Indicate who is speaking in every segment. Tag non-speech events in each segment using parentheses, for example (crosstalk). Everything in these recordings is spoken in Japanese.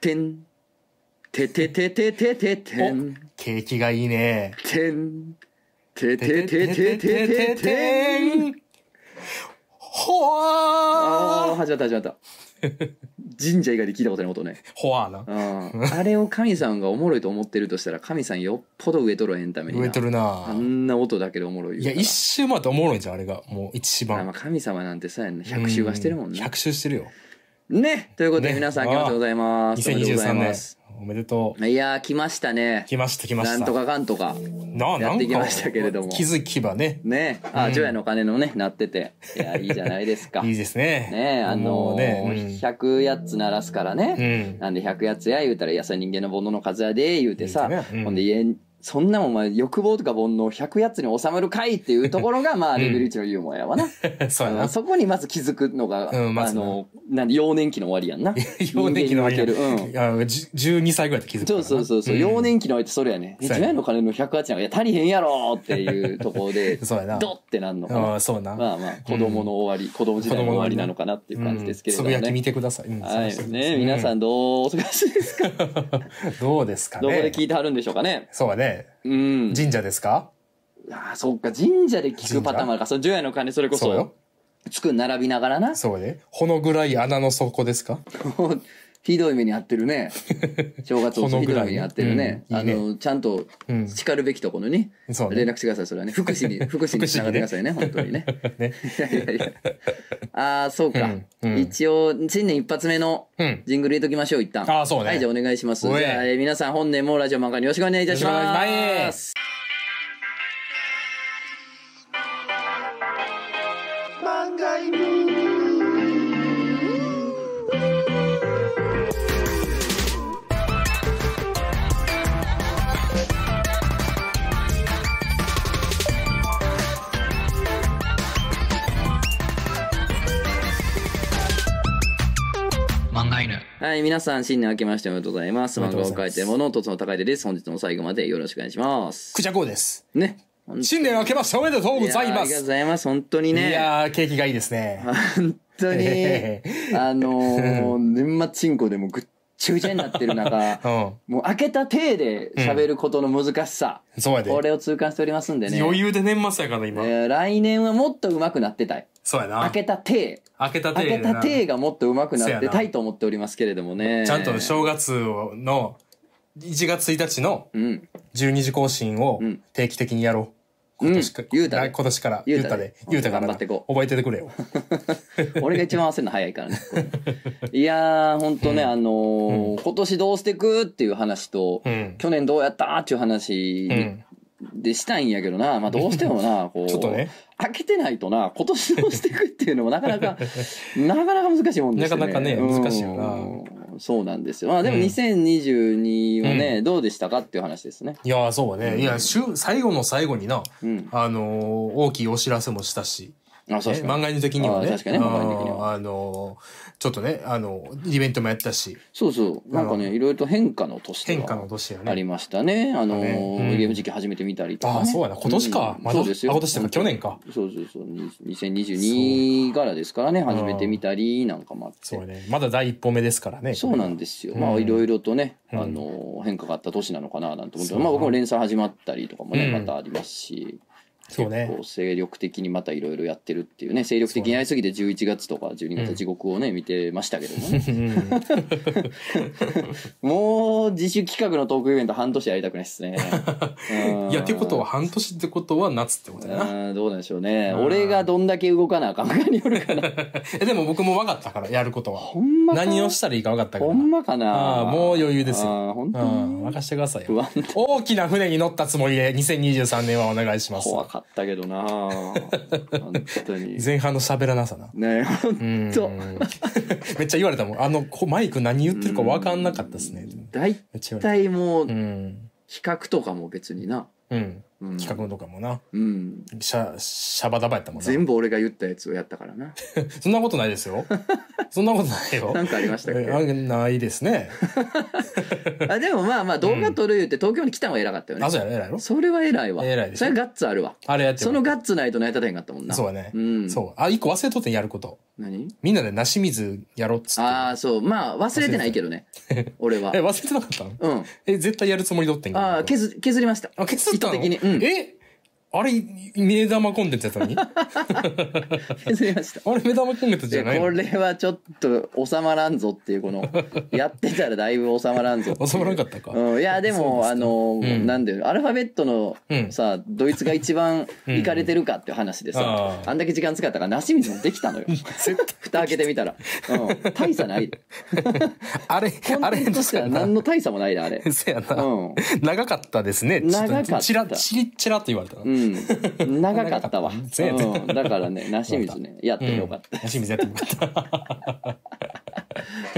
Speaker 1: てん。てててててててん。
Speaker 2: 景気がいいね。
Speaker 1: てん。てててててててん。
Speaker 2: ほ
Speaker 1: あ
Speaker 2: わ
Speaker 1: あ、始まった始まった。神社以外で聞いたことない音ね。
Speaker 2: ーほわーな。
Speaker 1: うんあれを神さんがおもろいと思ってるとしたら、神さんよっぽど植えとるエンタメにな。
Speaker 2: 植えとるな
Speaker 1: あ。んな音だけでおもろい
Speaker 2: い
Speaker 1: 言
Speaker 2: や、
Speaker 1: うから。
Speaker 2: 一周回っておもろいんじゃん、あれが。もう一
Speaker 1: あま
Speaker 2: 番
Speaker 1: あ。神様なんてさやな100周はしてるもん
Speaker 2: う
Speaker 1: ね。
Speaker 2: 100周してるよ。
Speaker 1: ねということで
Speaker 2: ね
Speaker 1: 皆さん、明けましておめでとうございます。おめでとうござい
Speaker 2: 2023
Speaker 1: ま
Speaker 2: 年
Speaker 1: す。。
Speaker 2: おめでとう。
Speaker 1: いやー、来ましたね。
Speaker 2: 来ました、来ま
Speaker 1: な
Speaker 2: し
Speaker 1: ん
Speaker 2: た。
Speaker 1: とかかんとか。
Speaker 2: なあ、
Speaker 1: や
Speaker 2: な
Speaker 1: っ
Speaker 2: ん
Speaker 1: て
Speaker 2: か
Speaker 1: きましたけれども
Speaker 2: 気づきばね。
Speaker 1: ねあ、除夜の鐘のね、なってて。いや、いいじゃないですか。
Speaker 2: (laughs) いい
Speaker 1: ね
Speaker 2: ですね。
Speaker 1: あ
Speaker 2: も
Speaker 1: の
Speaker 2: う
Speaker 1: ー、
Speaker 2: ね。
Speaker 1: 100やつ鳴らすから
Speaker 2: うんう
Speaker 1: ね。
Speaker 2: ん。
Speaker 1: なんで100やつや言うたら、いや、それ人間の煩悩の数やで、言うてさ
Speaker 2: 言うてねう。ん
Speaker 1: ほんで、家にそんなもんお前、欲望とか煩悩100やつに収まるかいっていうところが、まあ、レベル1のユーモアやわな。
Speaker 2: そうや
Speaker 1: う。
Speaker 2: なん (laughs)
Speaker 1: そこにまず気づくのが、
Speaker 2: うんま
Speaker 1: あ
Speaker 2: ずな
Speaker 1: の、なんで、幼年期の終わりやんな。
Speaker 2: 幼年期の
Speaker 1: 人間におけるうん。
Speaker 2: あじゅ12歳ぐらいで気づくか
Speaker 1: そ
Speaker 2: ら
Speaker 1: う
Speaker 2: な。
Speaker 1: そうそうそう、
Speaker 2: ん
Speaker 1: 幼年期の間それやね。え、
Speaker 2: そう
Speaker 1: 10
Speaker 2: やね
Speaker 1: 円の金の108なんか、いや、足りへんやろっていうところで
Speaker 2: (laughs) 、そうやな
Speaker 1: ドッてなんのか
Speaker 2: あ
Speaker 1: な。 (laughs)
Speaker 2: あ、そうな。
Speaker 1: まあま子供の終わり、子供時代の終わりなのかなっていう感じですけれども
Speaker 2: うんつぶやき見
Speaker 1: ね。
Speaker 2: てください。うん
Speaker 1: はい。ね皆さ。
Speaker 2: うん
Speaker 1: どうお過ごしですか
Speaker 2: んどうですかね。
Speaker 1: どこで聞いてはるんでしょうかね
Speaker 2: そうだね。
Speaker 1: うん。
Speaker 2: 神社ですか
Speaker 1: ああ、そっか、神社で聞くパターンもあるか。その10円の金、それこ
Speaker 2: そう
Speaker 1: そ
Speaker 2: よ、
Speaker 1: 机に並びながらな。
Speaker 2: そうで。ほのぐらい穴の底ですか
Speaker 1: ひどい目に遭ってる
Speaker 2: (laughs)
Speaker 1: ね。正月を
Speaker 2: この
Speaker 1: ひど
Speaker 2: ぐ
Speaker 1: い
Speaker 2: らい
Speaker 1: 目に遭ってるね。
Speaker 2: うんい
Speaker 1: あ
Speaker 2: いね
Speaker 1: の、ちゃんと
Speaker 2: うん
Speaker 1: 叱るべきところに
Speaker 2: そうね
Speaker 1: 連絡してください、それはね。福祉
Speaker 2: (laughs)
Speaker 1: に、福祉につながってくださいね、本当にね。
Speaker 2: ね。
Speaker 1: いやいやいや。ああ、そうか
Speaker 2: うん。うん
Speaker 1: 一応、新年一発目の
Speaker 2: うん
Speaker 1: ジングル入れときましょう、一旦。
Speaker 2: あーそうね
Speaker 1: はい、じゃあお願いします。じ
Speaker 2: おい
Speaker 1: ゃあ、えー皆さん本年もラジオ漫画によろしくお願いいたし
Speaker 2: よろしくお願いし
Speaker 1: ま。
Speaker 2: ます
Speaker 1: はい、皆さん、新年明けましておめでとうございます。
Speaker 2: おめ
Speaker 1: 漫
Speaker 2: でとう
Speaker 1: 画
Speaker 2: ご
Speaker 1: を
Speaker 2: ざいます
Speaker 1: 書いてるもの、とつの高い手です。本日も最後までよろしくお願いします。
Speaker 2: クジャコウです。
Speaker 1: ね。
Speaker 2: 新年明けましておめでとうござい
Speaker 1: やーあ
Speaker 2: ま
Speaker 1: りがとうご
Speaker 2: す。
Speaker 1: ざいます。本当に
Speaker 2: い
Speaker 1: ね。
Speaker 2: やー、景気がいいですね。
Speaker 1: 本当に、
Speaker 2: え
Speaker 1: あのー年末進行でもうぐっちゃぐちゃになってる
Speaker 2: (laughs) (laughs) う
Speaker 1: 中、
Speaker 2: ん。
Speaker 1: もう開けた体で喋ることの難しさ、
Speaker 2: そうやで。
Speaker 1: これを痛感しておりますんでね。
Speaker 2: 余裕で年末やから
Speaker 1: え
Speaker 2: 今。
Speaker 1: ー来年はもっと上手くなってたい。
Speaker 2: そうやな。
Speaker 1: 開けた手。
Speaker 2: 開けた手
Speaker 1: 開
Speaker 2: で
Speaker 1: け
Speaker 2: な
Speaker 1: た手がもっと上手くなっ
Speaker 2: そう
Speaker 1: て
Speaker 2: や
Speaker 1: た
Speaker 2: ない
Speaker 1: と思っておりますけれどもね。
Speaker 2: ちゃんと正月の1月1日の
Speaker 1: うん。
Speaker 2: 12時更新を
Speaker 1: ん
Speaker 2: 定期的にやろう。
Speaker 1: うん
Speaker 2: 今年か
Speaker 1: 言うたで
Speaker 2: 来今年から。
Speaker 1: 言
Speaker 2: 言
Speaker 1: う
Speaker 2: う
Speaker 1: た
Speaker 2: た
Speaker 1: で
Speaker 2: で。言うたから
Speaker 1: 頑
Speaker 2: な。
Speaker 1: 張ってこ
Speaker 2: 覚えててくれよ。
Speaker 1: 俺が一番焦るの早い
Speaker 2: (laughs)
Speaker 1: からね。いやー、ほんとね、あのー今年どうしてくっていう話と、
Speaker 2: うん。
Speaker 1: 去年どうやったっていう話
Speaker 2: うん。
Speaker 1: でしたいんやけどな、まあ、どうしても
Speaker 2: (laughs)
Speaker 1: な、こう、
Speaker 2: ちょっとね
Speaker 1: 開けてないとな、今年どうしていくっていうのもなかな
Speaker 2: (laughs)
Speaker 1: か、なかなか難しいもんですよね。
Speaker 2: なかなかね難しいよな
Speaker 1: うんそうなんですよ。まあでも
Speaker 2: うん
Speaker 1: 2022はね、どうでしたかっていう話ですね。
Speaker 2: いやー、そうね。いや、週、最後の最後にな、
Speaker 1: うん。
Speaker 2: あのー、大きいお知らせもしたし、
Speaker 1: あ、そう
Speaker 2: ね
Speaker 1: です
Speaker 2: 漫
Speaker 1: ね。
Speaker 2: 画犬的にはね。
Speaker 1: あー確かにね漫画犬的には
Speaker 2: あーあのー、ちょっとね、あの、イベントもやったし、
Speaker 1: そうそう。なんか
Speaker 2: う
Speaker 1: ね、いろいろと変化の年では
Speaker 2: 変化の年や
Speaker 1: あり
Speaker 2: ね。
Speaker 1: ましたね。あのー、
Speaker 2: ねうん
Speaker 1: ゲーム時期初めて見たりと
Speaker 2: あ
Speaker 1: か、ね。
Speaker 2: あー、そうやな。今年か。
Speaker 1: うん
Speaker 2: まだ、
Speaker 1: そ
Speaker 2: あ
Speaker 1: う
Speaker 2: 今
Speaker 1: ですよ。
Speaker 2: 年とか去年か。
Speaker 1: そうそうそう。に2022からですからね、初めて見たりなんかもあって。
Speaker 2: そうね。まだ第一歩目ですからね。
Speaker 1: そうなんですよ。まあ、いろいろとね、
Speaker 2: うん
Speaker 1: あの、変化があった年なのかな、なんて思って、
Speaker 2: そう
Speaker 1: まあ、僕も連載始まったりとかもね、
Speaker 2: うん
Speaker 1: またありますし、
Speaker 2: そうね
Speaker 1: こう精力的にまたいろいろやってるっていうね、精力的にやりすぎて11月とか12月地獄をね、見てましたけどもね。
Speaker 2: うん
Speaker 1: もう、自主企画のトークイベント半年やりたくないっすね。 (laughs) うん
Speaker 2: (laughs) いや、ってことは、半年ってことは夏ってことやな。
Speaker 1: うんどうなんでしょうね。
Speaker 2: うん
Speaker 1: 俺がどんだけ動かなあかんかによるかな。
Speaker 2: (laughs) え、でも僕も分かったから、やることは。
Speaker 1: ほんまか
Speaker 2: 何をしたらいいか分かったから。
Speaker 1: ほ
Speaker 2: うんん、
Speaker 1: まかな
Speaker 2: あーもう余裕です
Speaker 1: あ
Speaker 2: よ
Speaker 1: ー本当に
Speaker 2: 任してください
Speaker 1: 不
Speaker 2: よ。
Speaker 1: 安
Speaker 2: 大きな船に乗ったつもりで、2023年はお願いします。
Speaker 1: 怖かったけどな本当
Speaker 2: (laughs)
Speaker 1: に。
Speaker 2: 前半の喋らなさな。
Speaker 1: ね
Speaker 2: う
Speaker 1: え、
Speaker 2: ん。 (laughs)
Speaker 1: そう
Speaker 2: めっちゃ言われたもん。あの、こマイク何言ってるか分かんなかったですね。
Speaker 1: 大
Speaker 2: めっちゃ言われ
Speaker 1: 体もう
Speaker 2: た。うん。
Speaker 1: 企画とかも別にな、
Speaker 2: うん。
Speaker 1: うん
Speaker 2: 企画とかもな。
Speaker 1: うん。
Speaker 2: シャ、シャバダバやったもんな。
Speaker 1: 全部俺が言ったやつをやったからな。
Speaker 2: そんなことないです
Speaker 1: (laughs)
Speaker 2: よ。そんなことないよ
Speaker 1: な。んかありましたっ
Speaker 2: えあ
Speaker 1: け
Speaker 2: ないですね。
Speaker 1: あでもまあまあ動画撮る言って東京に来たのは偉かったよね
Speaker 2: あ、。そうやろ、偉いや
Speaker 1: (laughs)
Speaker 2: ろ。
Speaker 1: それは偉いわ。
Speaker 2: 偉いでしょ
Speaker 1: それはガッツあるわ。
Speaker 2: あれやって
Speaker 1: そ
Speaker 2: も
Speaker 1: のガッツないと成り立てへんかったもんな。
Speaker 2: そうやね
Speaker 1: う。ん。
Speaker 2: そう。あ、一個忘れとってんやること。
Speaker 1: 何
Speaker 2: みんなで梨水やろうっつって。
Speaker 1: ああ、そう。まあ、忘れてないけどね。俺は
Speaker 2: え、。忘れてなかったの
Speaker 1: うん。
Speaker 2: え、絶対やるつもりだってんけど
Speaker 1: ああ、削、削りました。
Speaker 2: あ、削ったの
Speaker 1: 意図的にうん
Speaker 2: えあれ、目玉コンテンツやっ
Speaker 1: (laughs)
Speaker 2: たのにあ
Speaker 1: 削りました。
Speaker 2: れ、目玉コンテンツ
Speaker 1: い
Speaker 2: じ
Speaker 1: や
Speaker 2: ゃない
Speaker 1: こ
Speaker 2: の
Speaker 1: れはちょっと収まらんぞっていうこ
Speaker 2: (laughs)
Speaker 1: のやってたらだいぶ収まらんぞっていう
Speaker 2: 収まらんかったか
Speaker 1: うん、いやで
Speaker 2: そう
Speaker 1: も
Speaker 2: ですか
Speaker 1: あの、
Speaker 2: うん
Speaker 1: なんでアルファベットの
Speaker 2: うん
Speaker 1: さ、ドイツが一番
Speaker 2: うん
Speaker 1: いかれてるかっていう話でさ、
Speaker 2: あ
Speaker 1: あ
Speaker 2: あ
Speaker 1: んだけ時間使ったから梨水もできたのよ
Speaker 2: 絶対
Speaker 1: 蓋開けてみたら、うん、大差ないで
Speaker 2: あれ、
Speaker 1: コ
Speaker 2: (laughs) あ
Speaker 1: ンテ
Speaker 2: れ、
Speaker 1: ンツとしては何の大差もないであ
Speaker 2: (laughs)
Speaker 1: れ
Speaker 2: せや
Speaker 1: う
Speaker 2: な。
Speaker 1: ん、
Speaker 2: 長かったですね。ちょ
Speaker 1: 長かった
Speaker 2: チラチリチラって言われたな。
Speaker 1: うん、長かったわ、
Speaker 2: 長かったね
Speaker 1: うん、だから
Speaker 2: (laughs)
Speaker 1: ね梨水ねやってよかった、
Speaker 2: た。梨水やってよかった。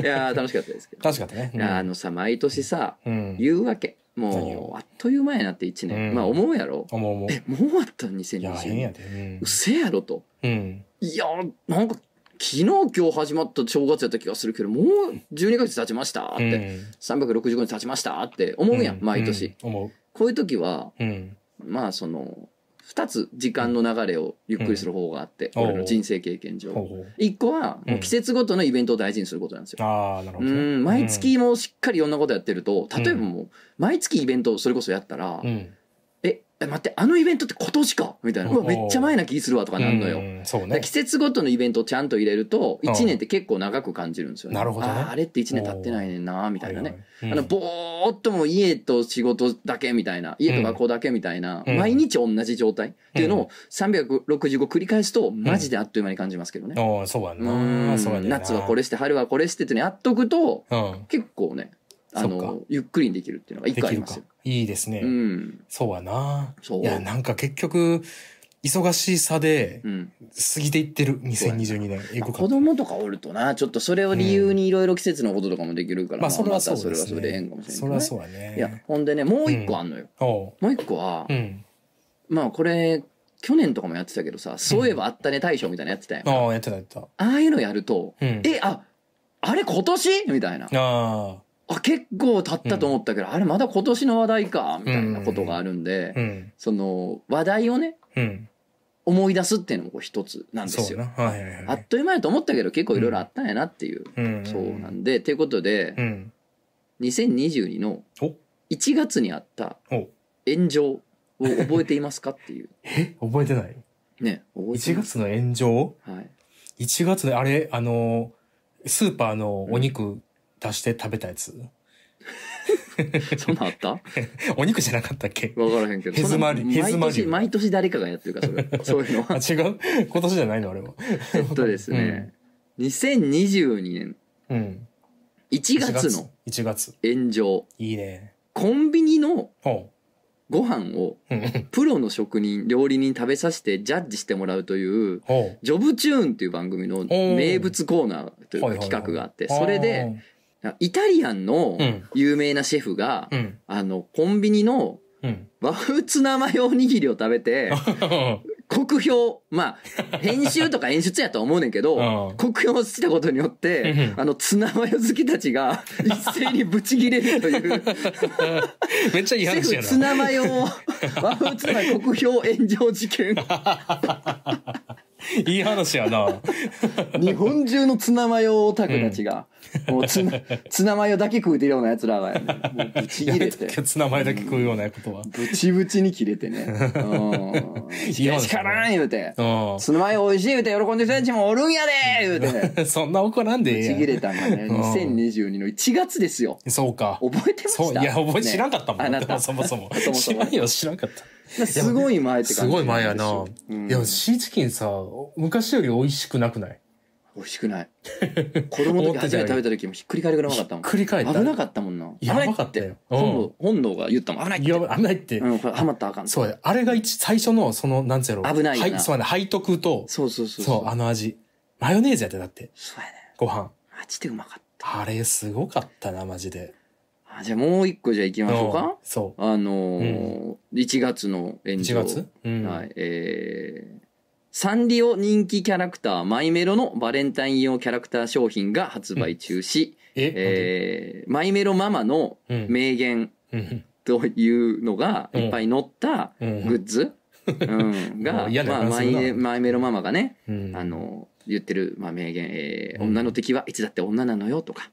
Speaker 1: いやー楽しかったですけど、
Speaker 2: 楽しかったね。
Speaker 1: いやーあのさ毎年さ
Speaker 2: うん。
Speaker 1: 言うわけ
Speaker 2: 何
Speaker 1: も
Speaker 2: を
Speaker 1: うあっという間やなって1年、
Speaker 2: うん
Speaker 1: まあ思うやろ
Speaker 2: あ、もうもう。い
Speaker 1: もうあった
Speaker 2: や、
Speaker 1: 2020
Speaker 2: 変や
Speaker 1: 年
Speaker 2: で。うん
Speaker 1: うせやろと
Speaker 2: うん。
Speaker 1: いやなんか昨日今日始まった正月やった気がするけどもう12ヶ月経ちましたっ
Speaker 2: う
Speaker 1: て、
Speaker 2: ん
Speaker 1: 365日経ちましたって思うやん、毎年、。
Speaker 2: うん思
Speaker 1: こういう時は
Speaker 2: う。うん。
Speaker 1: まあその2つ時間の流れをゆっくりする方があって、
Speaker 2: うん
Speaker 1: 俺の人生経験上、
Speaker 2: ほうほう。
Speaker 1: 1個はもう季節ごとのイベントを大事にすることなんですよ、
Speaker 2: ああ、なるほ
Speaker 1: う
Speaker 2: どね。
Speaker 1: ん毎月もしっかりいろんなことやってると例えばもう毎月イベントそれこそやったら、
Speaker 2: うん。
Speaker 1: ええ待ってあのイベントって今年かみたいな
Speaker 2: お
Speaker 1: うわめっちゃ前な気するわとかなんのよ、
Speaker 2: うん。そう
Speaker 1: だから
Speaker 2: ね
Speaker 1: 季。節ごとのイベントをちゃんと入れると
Speaker 2: うん
Speaker 1: 1年って結構長く感じるんですよね
Speaker 2: なるほどね
Speaker 1: あーあれって1年経ってないねんなみたいなね、
Speaker 2: はい
Speaker 1: あ
Speaker 2: はい。
Speaker 1: のぼーっともう家と仕事だけみたいな家と学校だけみたいな、
Speaker 2: うん
Speaker 1: 毎日同じ状態っていうの
Speaker 2: う
Speaker 1: を365繰り返すとマジであっという間に感じますけどね、
Speaker 2: ああ、そうや
Speaker 1: う
Speaker 2: な。そうや
Speaker 1: ん
Speaker 2: ねんな
Speaker 1: 夏はこ。れして春はこれしてってねやっとくと
Speaker 2: うん。
Speaker 1: 結構ねあ
Speaker 2: そっ
Speaker 1: のゆっくりにできるっていうのが
Speaker 2: で
Speaker 1: 1個あ
Speaker 2: き
Speaker 1: り
Speaker 2: る
Speaker 1: ま
Speaker 2: か
Speaker 1: すよ。。
Speaker 2: いいですね。
Speaker 1: うん、
Speaker 2: そうやな。
Speaker 1: そう
Speaker 2: いや、なんか結局、忙しさで
Speaker 1: うん
Speaker 2: 過ぎていってる、2022年。え
Speaker 1: まあ
Speaker 2: ぐか
Speaker 1: 子
Speaker 2: った
Speaker 1: 供とかおるとなちょっとそれを理由にいろいろ季節のこととかもできるから、
Speaker 2: まあ、それは
Speaker 1: た
Speaker 2: そうで
Speaker 1: れは
Speaker 2: す
Speaker 1: それでええんかも
Speaker 2: ね。
Speaker 1: しれん
Speaker 2: そ
Speaker 1: けど
Speaker 2: れ
Speaker 1: ね
Speaker 2: はそうやね。
Speaker 1: いやほんでねもう一個あんのよ、
Speaker 2: おう。
Speaker 1: もう一個は、
Speaker 2: うん。
Speaker 1: まあこれ去年とかもやってたけどさそういえばあったね大賞みたいなのやってたやん、あ
Speaker 2: ああ、やってたやってた。
Speaker 1: あいうのやると、
Speaker 2: うん。
Speaker 1: えああれ今年みたいな
Speaker 2: ああ。
Speaker 1: あ結構経ったと思ったけど、あれまだ今年の話題かみたいなことがあるんで、
Speaker 2: うん。
Speaker 1: その話題をね
Speaker 2: うん。
Speaker 1: 思い出すっていうのもこう一つなんです
Speaker 2: そう
Speaker 1: よ
Speaker 2: やな。はいはい
Speaker 1: あ
Speaker 2: はい
Speaker 1: っ。という間やと思ったけど結構いろいろあったんやなっていう、
Speaker 2: うん。
Speaker 1: そうなんでということで、
Speaker 2: うん。
Speaker 1: 2022の
Speaker 2: お
Speaker 1: 1月にあった
Speaker 2: お
Speaker 1: 炎上を覚えていますかって
Speaker 2: (laughs)
Speaker 1: いう
Speaker 2: え覚えてない
Speaker 1: ね覚えて
Speaker 2: ?1
Speaker 1: ます
Speaker 2: 月の炎上
Speaker 1: はい、
Speaker 2: ?1 月の、あれ、あの、スーパーのお肉出して食べたやつ。
Speaker 1: そんなんあったわか
Speaker 2: お肉じゃなかったっけ
Speaker 1: らへんけど
Speaker 2: ヘズマリ
Speaker 1: そんなん
Speaker 2: ヘズマ
Speaker 1: 毎
Speaker 2: リ
Speaker 1: 年毎年誰かがやってるから
Speaker 2: (laughs)
Speaker 1: それそういうのは
Speaker 2: あ、違う今年じゃないのあれは。
Speaker 1: えっとですね、2022年
Speaker 2: うん。
Speaker 1: 1月の
Speaker 2: 1月。
Speaker 1: 炎上
Speaker 2: いいね。
Speaker 1: コンビニの
Speaker 2: おう。
Speaker 1: ご飯を
Speaker 2: うん。
Speaker 1: プロの職人料理人食べさせてジャッジしてもらうという
Speaker 2: おう。
Speaker 1: ジョブチューンっていう番組の名物コーナーというか企画があってそれでイタリアンの
Speaker 2: うん
Speaker 1: 有名なシェフが、
Speaker 2: あー、うん。
Speaker 1: あのコンビニの (laughs)
Speaker 2: うん。
Speaker 1: 和風ツナマヨおにぎりを食べ
Speaker 2: (laughs)
Speaker 1: て酷評まあ編集とか演出やとは思うねんけど
Speaker 2: うん (laughs)
Speaker 1: 酷評したことによって
Speaker 2: うん
Speaker 1: あのツナマヨ好きたちが
Speaker 2: (laughs)
Speaker 1: 一斉にブチギレるという
Speaker 2: めっちゃいい
Speaker 1: シェ
Speaker 2: 話や
Speaker 1: フ
Speaker 2: な。
Speaker 1: ツナマヨ
Speaker 2: (laughs)
Speaker 1: 和風ツナマヨ酷評炎上事件
Speaker 2: いい話や
Speaker 1: (laughs)
Speaker 2: な。
Speaker 1: 日本中のツナマヨオタクたちが、もうツ
Speaker 2: (laughs)
Speaker 1: ナツナマヨだけ食うてるようなやつらがやねもうブチギレて。
Speaker 2: ツナマヨだけ食うようなことは。
Speaker 1: ブチブチに切れてね。うん。しかしからん言うて。
Speaker 2: う
Speaker 1: ツナマヨ美味しい言うて喜んでる人たちもおるんやで言うて。
Speaker 2: ん。 (laughs) そんな怒らんでえ
Speaker 1: ブ
Speaker 2: え
Speaker 1: チ
Speaker 2: やん
Speaker 1: 切れたんがね、
Speaker 2: うん
Speaker 1: 2022の1月ですよ。
Speaker 2: そうか。
Speaker 1: 覚えてま
Speaker 2: そう
Speaker 1: し
Speaker 2: い
Speaker 1: た
Speaker 2: や覚え知らんかったも
Speaker 1: ねあ
Speaker 2: ん、
Speaker 1: なた
Speaker 2: そもそも
Speaker 1: (laughs) そもそ
Speaker 2: 知
Speaker 1: も
Speaker 2: らんよ知らんかった
Speaker 1: すごい前って感じ。
Speaker 2: すごい前やな、
Speaker 1: うん
Speaker 2: いやシーチキンさ昔より美味しくなくない
Speaker 1: 美味しくない。子供の時初めて食べた時もひっくり返るぐらい甘かったもん。
Speaker 2: 繰り返った
Speaker 1: 危なかったもんな。
Speaker 2: やばかった
Speaker 1: 危な
Speaker 2: よ
Speaker 1: いって本能本能が言ったもん。危ないって。
Speaker 2: やばあんないって、
Speaker 1: うん、これハマったらあかん。
Speaker 2: そうやあれが一最初のそのなんつうやろ
Speaker 1: 危ないよな
Speaker 2: はいそうやね背徳と
Speaker 1: そうそうそう。
Speaker 2: そうあの味マヨネーズやってだって
Speaker 1: そうやね。
Speaker 2: ご飯
Speaker 1: マジでうまかった。
Speaker 2: あれすごかったなマジで
Speaker 1: あじゃあもう一個じゃあ行きましょう
Speaker 2: うん
Speaker 1: か。
Speaker 2: そ
Speaker 1: あのー1月の
Speaker 2: う。
Speaker 1: 炎
Speaker 2: 1
Speaker 1: 上。
Speaker 2: 月うん。
Speaker 1: はい。えーサンリオ人気キャラクターマイメロのバレンタイン用キャラクター商品が発売中止。
Speaker 2: え
Speaker 1: えーマイメロママの
Speaker 2: なんで
Speaker 1: 名言
Speaker 2: うん。
Speaker 1: というのがいっぱい載った
Speaker 2: うんうん
Speaker 1: グッズ、うん、
Speaker 2: も
Speaker 1: が
Speaker 2: う嫌、な
Speaker 1: まあ、
Speaker 2: 予感
Speaker 1: マ
Speaker 2: するな
Speaker 1: イマイメロママがね、
Speaker 2: うん。
Speaker 1: あ、
Speaker 2: (laughs)
Speaker 1: の言ってる、まあ、名言、えー
Speaker 2: うん
Speaker 1: 女の敵はいつだって女なのよ」とか、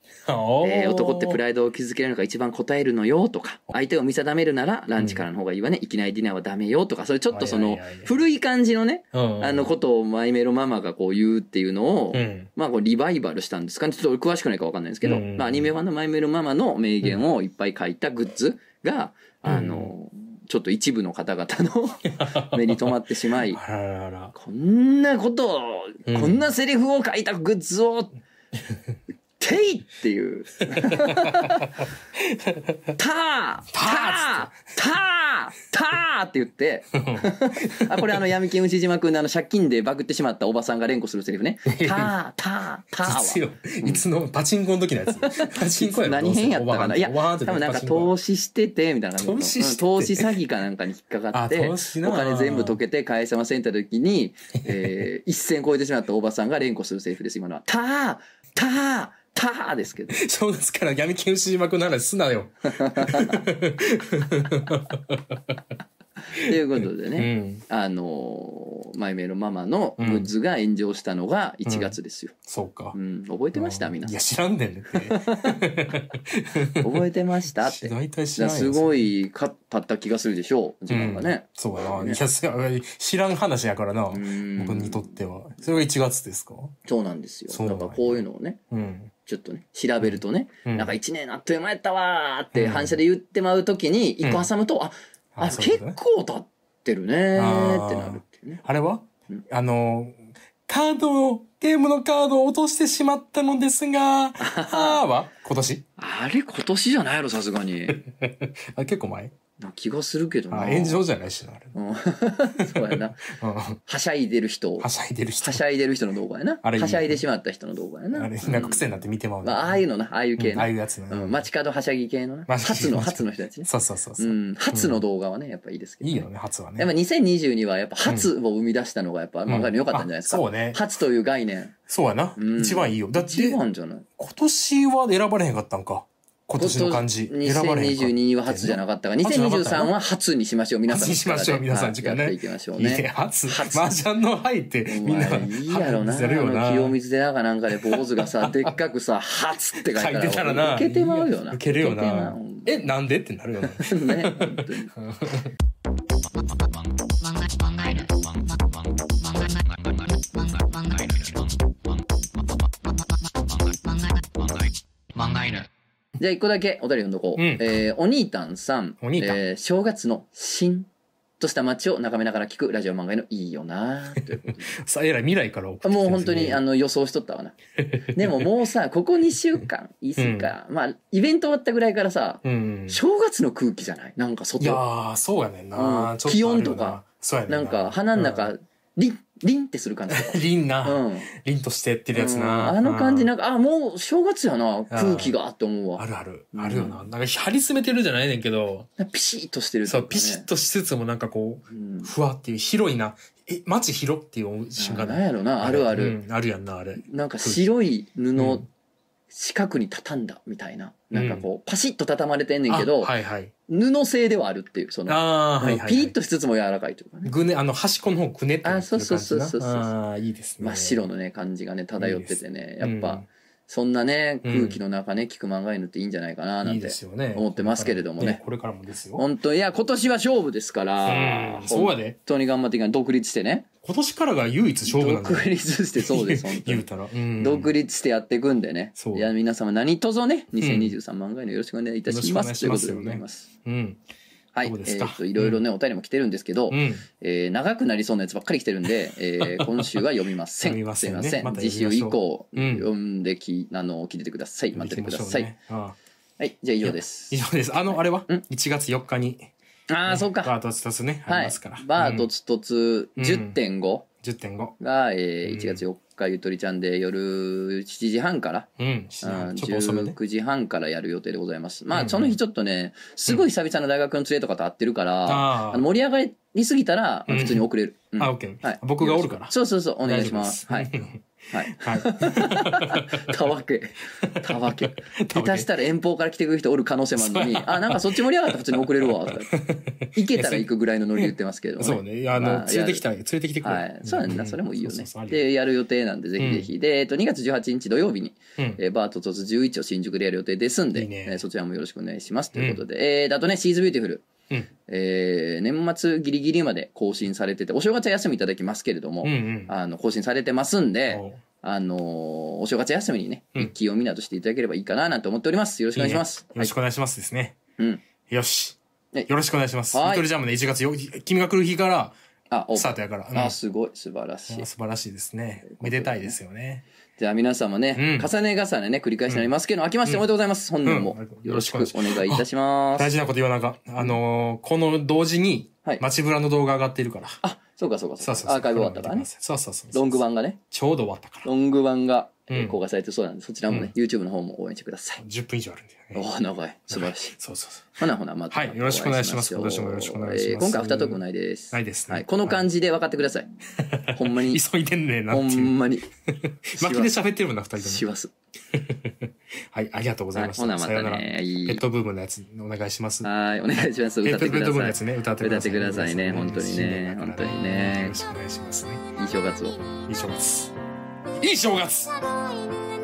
Speaker 1: え
Speaker 2: え
Speaker 1: ー男ってプライドを築けるのが一番答えるのよ」とか「相手を見定めるならランチからの方がいいわね、いきなりディナーはダメよ」とかそれちょっとその古い感じのねあの
Speaker 2: こ
Speaker 1: ことをマイメロママがこう言うっていうのを、
Speaker 2: うん。
Speaker 1: まあ、こうリバイバルしたんですかねちょっと俺詳しくないか分かんないんですけど、
Speaker 2: うん
Speaker 1: まあ、アニメ版の「マイメロママ」の名言をいっぱい書いたグッズが、
Speaker 2: うん
Speaker 1: あのちょっと一部の (laughs) 方々の目に留まってしまい
Speaker 2: あらららら。
Speaker 1: こんなことを、
Speaker 2: うん
Speaker 1: こんなセリフを書いたグッズを
Speaker 2: (laughs)
Speaker 1: ていっていう「たーたーたーたー」って言
Speaker 2: (laughs)
Speaker 1: ってあこれあの闇金牛島君のあの借金でバグってしまったおばさんが連呼するセリ
Speaker 2: (laughs)
Speaker 1: フね「たーたーたー」は。
Speaker 2: 実よ。いつのパチンコの時のやつ。
Speaker 1: (laughs)
Speaker 2: パチンコやろ
Speaker 1: 何変やったかな。いや、
Speaker 2: おばはん
Speaker 1: 多
Speaker 2: って
Speaker 1: 分なんか
Speaker 2: パチンコ
Speaker 1: 投資してて、みたいな感じの。
Speaker 2: 投資してて
Speaker 1: うん投資詐欺かなんかに引っかかっ
Speaker 2: あ
Speaker 1: て、お
Speaker 2: 投資な
Speaker 1: 金全部溶けて返せませんって時
Speaker 2: (laughs)
Speaker 1: に、えー、一線超えてしまったおばさんが連呼するセリフです、今のは。たーたーたーです
Speaker 2: (laughs)
Speaker 1: けど。
Speaker 2: 正月から闇金牛島君の話すなよ。
Speaker 1: ということで
Speaker 2: う
Speaker 1: ね、
Speaker 2: ん。
Speaker 1: あのー、マイメイのママのグッズが炎上したのが1月ですよ。
Speaker 2: そうか
Speaker 1: う。ん、覚えてました
Speaker 2: うん
Speaker 1: 皆
Speaker 2: い
Speaker 1: さ
Speaker 2: や、知らんねんねって。
Speaker 1: ん。覚えてま
Speaker 2: (laughs)
Speaker 1: したって。
Speaker 2: 大体知
Speaker 1: じゃ
Speaker 2: ら
Speaker 1: あ
Speaker 2: んよ
Speaker 1: すごいかったった気がするでしょう、時間がね。
Speaker 2: そうやな。い
Speaker 1: ね
Speaker 2: やすや、知らん話やからな。
Speaker 1: うん
Speaker 2: 僕にとっては。それが1月ですか
Speaker 1: そうなんです
Speaker 2: そう
Speaker 1: よ。
Speaker 2: な
Speaker 1: だ
Speaker 2: ん
Speaker 1: から
Speaker 2: や
Speaker 1: こういうのをね、
Speaker 2: うん。
Speaker 1: ちょっとね、調べるとね、
Speaker 2: うん
Speaker 1: なんか1年あっという間やったわーって
Speaker 2: うん
Speaker 1: 反射で言ってまうときに、
Speaker 2: ん
Speaker 1: 1個挟むと、あ、あ、
Speaker 2: そういう
Speaker 1: 結
Speaker 2: ことね
Speaker 1: 構経ってるねーってなるっていうね。
Speaker 2: あれは
Speaker 1: うん
Speaker 2: あの、カードを、ゲームのカードを落としてしまったのですが、あーは今年
Speaker 1: あれ今年じゃないやろ、さすが
Speaker 2: (laughs)
Speaker 1: に。
Speaker 2: あ、結構前
Speaker 1: な気がするけど
Speaker 2: あ
Speaker 1: な。
Speaker 2: 炎上じゃないしな、あれ。
Speaker 1: うん (laughs) そうやな。
Speaker 2: うん。
Speaker 1: はしゃいでる人、
Speaker 2: は
Speaker 1: は
Speaker 2: しゃいでる人。
Speaker 1: しゃいでる人の動画やな。
Speaker 2: あれいい
Speaker 1: はしゃいでしまった人の動画やな。
Speaker 2: あれ、なんか癖になって見てまう
Speaker 1: うんん
Speaker 2: だ
Speaker 1: まあ、ああいうのな、ああいう系
Speaker 2: うんああ
Speaker 1: な。
Speaker 2: いうやつね。
Speaker 1: うん、街角はしゃぎ系のな。
Speaker 2: 街角
Speaker 1: 初の、初の人たちね。
Speaker 2: そうそうそうそうう。
Speaker 1: ん、初の動画はね、やっぱいいですけど。
Speaker 2: いいよね、初はね。
Speaker 1: やっぱ2022はやっぱ初を生み出したのがやっぱ漫画に良かったんじゃないですか。
Speaker 2: うんあそうね
Speaker 1: 初という概念。
Speaker 2: そうやな。
Speaker 1: うん
Speaker 2: 一番いいよ。だって、
Speaker 1: 一
Speaker 2: 今
Speaker 1: 番じゃない
Speaker 2: 年は選ばれへんかったんか。今年の感じ。選ばれへんかった。
Speaker 1: 2022は初じゃなかったが、
Speaker 2: 初じゃなかった
Speaker 1: 2023は初にしましょう、皆さんの力で。
Speaker 2: 初にしましょう皆さんの力ね
Speaker 1: はいやっていきましょう
Speaker 2: い
Speaker 1: ね。
Speaker 2: や、初、
Speaker 1: 初
Speaker 2: 麻雀の入って、
Speaker 1: お
Speaker 2: みんな、
Speaker 1: 前いいやろな。あ
Speaker 2: 初やるよな
Speaker 1: の清水寺かなんかで坊主が
Speaker 2: (laughs)
Speaker 1: さ、でっかくさ、初って書い
Speaker 2: 書
Speaker 1: て
Speaker 2: い
Speaker 1: あ
Speaker 2: てたらな。
Speaker 1: 受けてまうよな。
Speaker 2: 受けるよ
Speaker 1: ウケてま
Speaker 2: な
Speaker 1: うほんま。
Speaker 2: え、なんでってなるよな。
Speaker 1: ね、本当に。じゃあ一個だけお便り読んどこう。
Speaker 2: うん
Speaker 1: えーお兄たんさん。
Speaker 2: お兄たん
Speaker 1: えー正月のしんとした街を眺めながら聞くラジオ漫画のいいよなという
Speaker 2: (laughs)
Speaker 1: ことで
Speaker 2: さ、えらい未来から送ってきて
Speaker 1: も
Speaker 2: る
Speaker 1: う本当にあの予想しとったわな。でももうさ、
Speaker 2: (laughs)
Speaker 1: ここ2週間、いいっすか、まあ、イベント終わったぐらいからさ、
Speaker 2: うん。
Speaker 1: 正月の空気じゃないなんか
Speaker 2: いや
Speaker 1: 外。
Speaker 2: ー、そうやねんな。
Speaker 1: うん
Speaker 2: ちょっあるよな
Speaker 1: 気温とか、
Speaker 2: そうやね
Speaker 1: なんか鼻の中、、りん、りんってする感じ。
Speaker 2: うん凛
Speaker 1: う
Speaker 2: な、
Speaker 1: ん。
Speaker 2: 凛としてってるやつな。
Speaker 1: うんあの感じ
Speaker 2: な。
Speaker 1: なんか、あ、もう正月やな、空気がって思う
Speaker 2: あ
Speaker 1: わ。
Speaker 2: るある。あるよな。なんか張り詰めてるじゃないねんけど、
Speaker 1: ピシッとしてるって
Speaker 2: そ
Speaker 1: いう
Speaker 2: う、
Speaker 1: かね、
Speaker 2: ピシッとしつつもなんかこ
Speaker 1: う
Speaker 2: う、
Speaker 1: ん。
Speaker 2: ふわっていう、広いな。え、街広っていう瞬
Speaker 1: あ
Speaker 2: 間
Speaker 1: なんやろな、あるある。。
Speaker 2: うんあるやんな、あれ。
Speaker 1: なんか白い布
Speaker 2: う
Speaker 1: を
Speaker 2: ん
Speaker 1: 四角に畳んだみたいな、
Speaker 2: うん
Speaker 1: なんかこうパシッと畳まれてんねんけ
Speaker 2: あ
Speaker 1: ど、
Speaker 2: はいはい。
Speaker 1: 布製ではあるっていうその、
Speaker 2: ああ、はいはいはい。
Speaker 1: ピリッとしつつも柔らかいというかね、
Speaker 2: ぐね、あの、端っこの方ぐねってなってる感じな。
Speaker 1: あそうそうそうそうそう
Speaker 2: ああ、いいですね。
Speaker 1: 真っ白のね感じがね漂っててねやっぱ、そんなね
Speaker 2: うん
Speaker 1: 空気の中ね聞く漫画犬っていいんじゃないかな
Speaker 2: うん、
Speaker 1: ないん
Speaker 2: い
Speaker 1: て、
Speaker 2: ですよね。
Speaker 1: 思ってますけれどもね
Speaker 2: これからもですよ。
Speaker 1: 本当いや今年は勝負ですから、
Speaker 2: うん、そうやで。
Speaker 1: 本当に頑張っていかない独立してね
Speaker 2: 今年からが唯一勝負なんだよ
Speaker 1: 独立してそうです本当
Speaker 2: (laughs) 言う
Speaker 1: に。
Speaker 2: たら。うん
Speaker 1: 独立してやっていくんでね。
Speaker 2: そう
Speaker 1: いや、皆様何卒ね、2023漫画へのよろしくお願いいたします。とい
Speaker 2: よ
Speaker 1: う
Speaker 2: ろ
Speaker 1: こ
Speaker 2: し
Speaker 1: とで
Speaker 2: くお
Speaker 1: ご
Speaker 2: 願いします
Speaker 1: ざいます。
Speaker 2: うん。
Speaker 1: はい、え
Speaker 2: どうですか
Speaker 1: ーといろいろね、お便りも来てるんですけど、
Speaker 2: うん。
Speaker 1: えー長くなりそうなやつばっかり来てるんで、え
Speaker 2: (laughs)
Speaker 1: ー今週は読みません。
Speaker 2: 読みませんね
Speaker 1: すいません。
Speaker 2: また
Speaker 1: 次
Speaker 2: 読み
Speaker 1: 週
Speaker 2: まし
Speaker 1: 以
Speaker 2: ょう
Speaker 1: 降、
Speaker 2: うん
Speaker 1: 読んでき、あの、聞いててください。待っててください。
Speaker 2: 行きましょうね。ああ
Speaker 1: はい、じゃあ以上です
Speaker 2: 以。上です。あの、あれは
Speaker 1: うん
Speaker 2: ?1 月4日に。
Speaker 1: ああ、そうか。
Speaker 2: バートツタスね、あ
Speaker 1: は
Speaker 2: りま
Speaker 1: い
Speaker 2: すから。。
Speaker 1: バートツトツ
Speaker 2: うん
Speaker 1: 10.5。
Speaker 2: 10.5。
Speaker 1: が、えー
Speaker 2: うん
Speaker 1: 1月4日ゆとりちゃんで夜7時半から、
Speaker 2: うん、ち
Speaker 1: う
Speaker 2: ょ
Speaker 1: ん、
Speaker 2: っと遅めね。
Speaker 1: 19時半からやる予定でございますま
Speaker 2: う
Speaker 1: あ
Speaker 2: ん
Speaker 1: その日ちょっとねすごい久々の大学の連れとかと会ってるから、
Speaker 2: あ
Speaker 1: あの盛り上がりすぎたら
Speaker 2: うん
Speaker 1: 普通に遅れる、うん
Speaker 2: あ、あ、オッケー。
Speaker 1: はい、
Speaker 2: 僕がおるから。
Speaker 1: そうそうそうお願いしますは
Speaker 2: 大
Speaker 1: い
Speaker 2: 丈夫です (laughs)
Speaker 1: はい。
Speaker 2: はい。
Speaker 1: たわけ
Speaker 2: (laughs)
Speaker 1: たわけ下手
Speaker 2: 多分
Speaker 1: したら遠方から来てくる人おる可能性もあるのに
Speaker 2: (laughs) そう
Speaker 1: あなんかそっち盛り上がったら普通に遅れ
Speaker 2: (laughs)
Speaker 1: るわとか言って行けたら行くぐらいのノリで言ってますけどもね
Speaker 2: そうね。
Speaker 1: ま
Speaker 2: あの、
Speaker 1: あ
Speaker 2: 連れてきたら、連れてきてくれ。
Speaker 1: はい、そうやんな、
Speaker 2: ん
Speaker 1: それもいいよね。
Speaker 2: そうそうそうありがと
Speaker 1: で、やる予定なんで、ぜひぜひ。で、えっと、2月18日土曜日に、
Speaker 2: ううん
Speaker 1: えーバート突11を新宿でやる予定ですんで、
Speaker 2: いいね
Speaker 1: えーそちらもよろしくお願いしますということで、えーであとね、シーズビューティフル。
Speaker 2: うん
Speaker 1: えー年末ギリギリまで更新されてて、お正月は休みいただきますけれども、
Speaker 2: うんうん。
Speaker 1: あの更新されてますんで、
Speaker 2: おう
Speaker 1: あのーお正月休みにね、
Speaker 2: うん
Speaker 1: 一気読みなどしていただければいいかななんて思っております。よろしくお願いします。
Speaker 2: よろしくお願いしますですね。
Speaker 1: うん。
Speaker 2: よ
Speaker 1: は
Speaker 2: し。
Speaker 1: い
Speaker 2: よろしくお願いします。
Speaker 1: はい
Speaker 2: ゆとりジャムね、1月よ、君が来る日から
Speaker 1: あ、お
Speaker 2: スタートやから。うん
Speaker 1: あ、すごい、素晴らしい
Speaker 2: あ。素晴らしいですね。めでたいですよね。
Speaker 1: じゃあ皆様ね、
Speaker 2: うん
Speaker 1: 重ね重ねね、繰り返しになりますけど、明けましておめでとうございます。本年も
Speaker 2: うん
Speaker 1: よろしくお願いいたします。
Speaker 2: 大事なこと言わなあかん。あのーこの同時に
Speaker 1: はい、
Speaker 2: 街ブラの動画上がってるから。
Speaker 1: あ、そうかそうか
Speaker 2: そ
Speaker 1: そうう
Speaker 2: そう
Speaker 1: か。
Speaker 2: そう。
Speaker 1: アーカイブ終わったからね。
Speaker 2: そうそうそう。
Speaker 1: ロング。版がね、
Speaker 2: ちょうど終わったから。
Speaker 1: ロング版が
Speaker 2: うん
Speaker 1: えー公開されてそうなんで、そちらもね、YouTube の方も応援してください。
Speaker 2: 10分以上あるんだよね。
Speaker 1: おお、長い。素晴らしい。
Speaker 2: そうそうそう。
Speaker 1: ほなほな、また。
Speaker 2: はいよろしくお願いします
Speaker 1: お会い
Speaker 2: 今年もよろしくお願いします
Speaker 1: えー今回アフタートークもないです。
Speaker 2: ないですね
Speaker 1: はい。この感じで分かってください。ほんまに、
Speaker 2: 急いでんねんな
Speaker 1: ほ
Speaker 2: っていう。
Speaker 1: んま
Speaker 2: (laughs)
Speaker 1: に。
Speaker 2: 巻きで喋ってるもんな、二人
Speaker 1: し
Speaker 2: とも。
Speaker 1: ます。
Speaker 2: はい、ありがとうございまし
Speaker 1: はいほなまた
Speaker 2: た。さようなら。
Speaker 1: ね
Speaker 2: ペ
Speaker 1: いい
Speaker 2: ットブームのやつ、お願いします。
Speaker 1: はい、お願いします。
Speaker 2: ペ
Speaker 1: 歌
Speaker 2: ッ
Speaker 1: って
Speaker 2: ト
Speaker 1: く
Speaker 2: ブ
Speaker 1: ださ
Speaker 2: ームのや
Speaker 1: い
Speaker 2: つ。ね、歌ってく
Speaker 1: 歌
Speaker 2: だ
Speaker 1: って
Speaker 2: さい。
Speaker 1: くださいね本当にね
Speaker 2: 新年だから
Speaker 1: 本当にね
Speaker 2: よろしくお願いしますね。
Speaker 1: いい正月を。
Speaker 2: いい正月。いい正月
Speaker 3: いい正月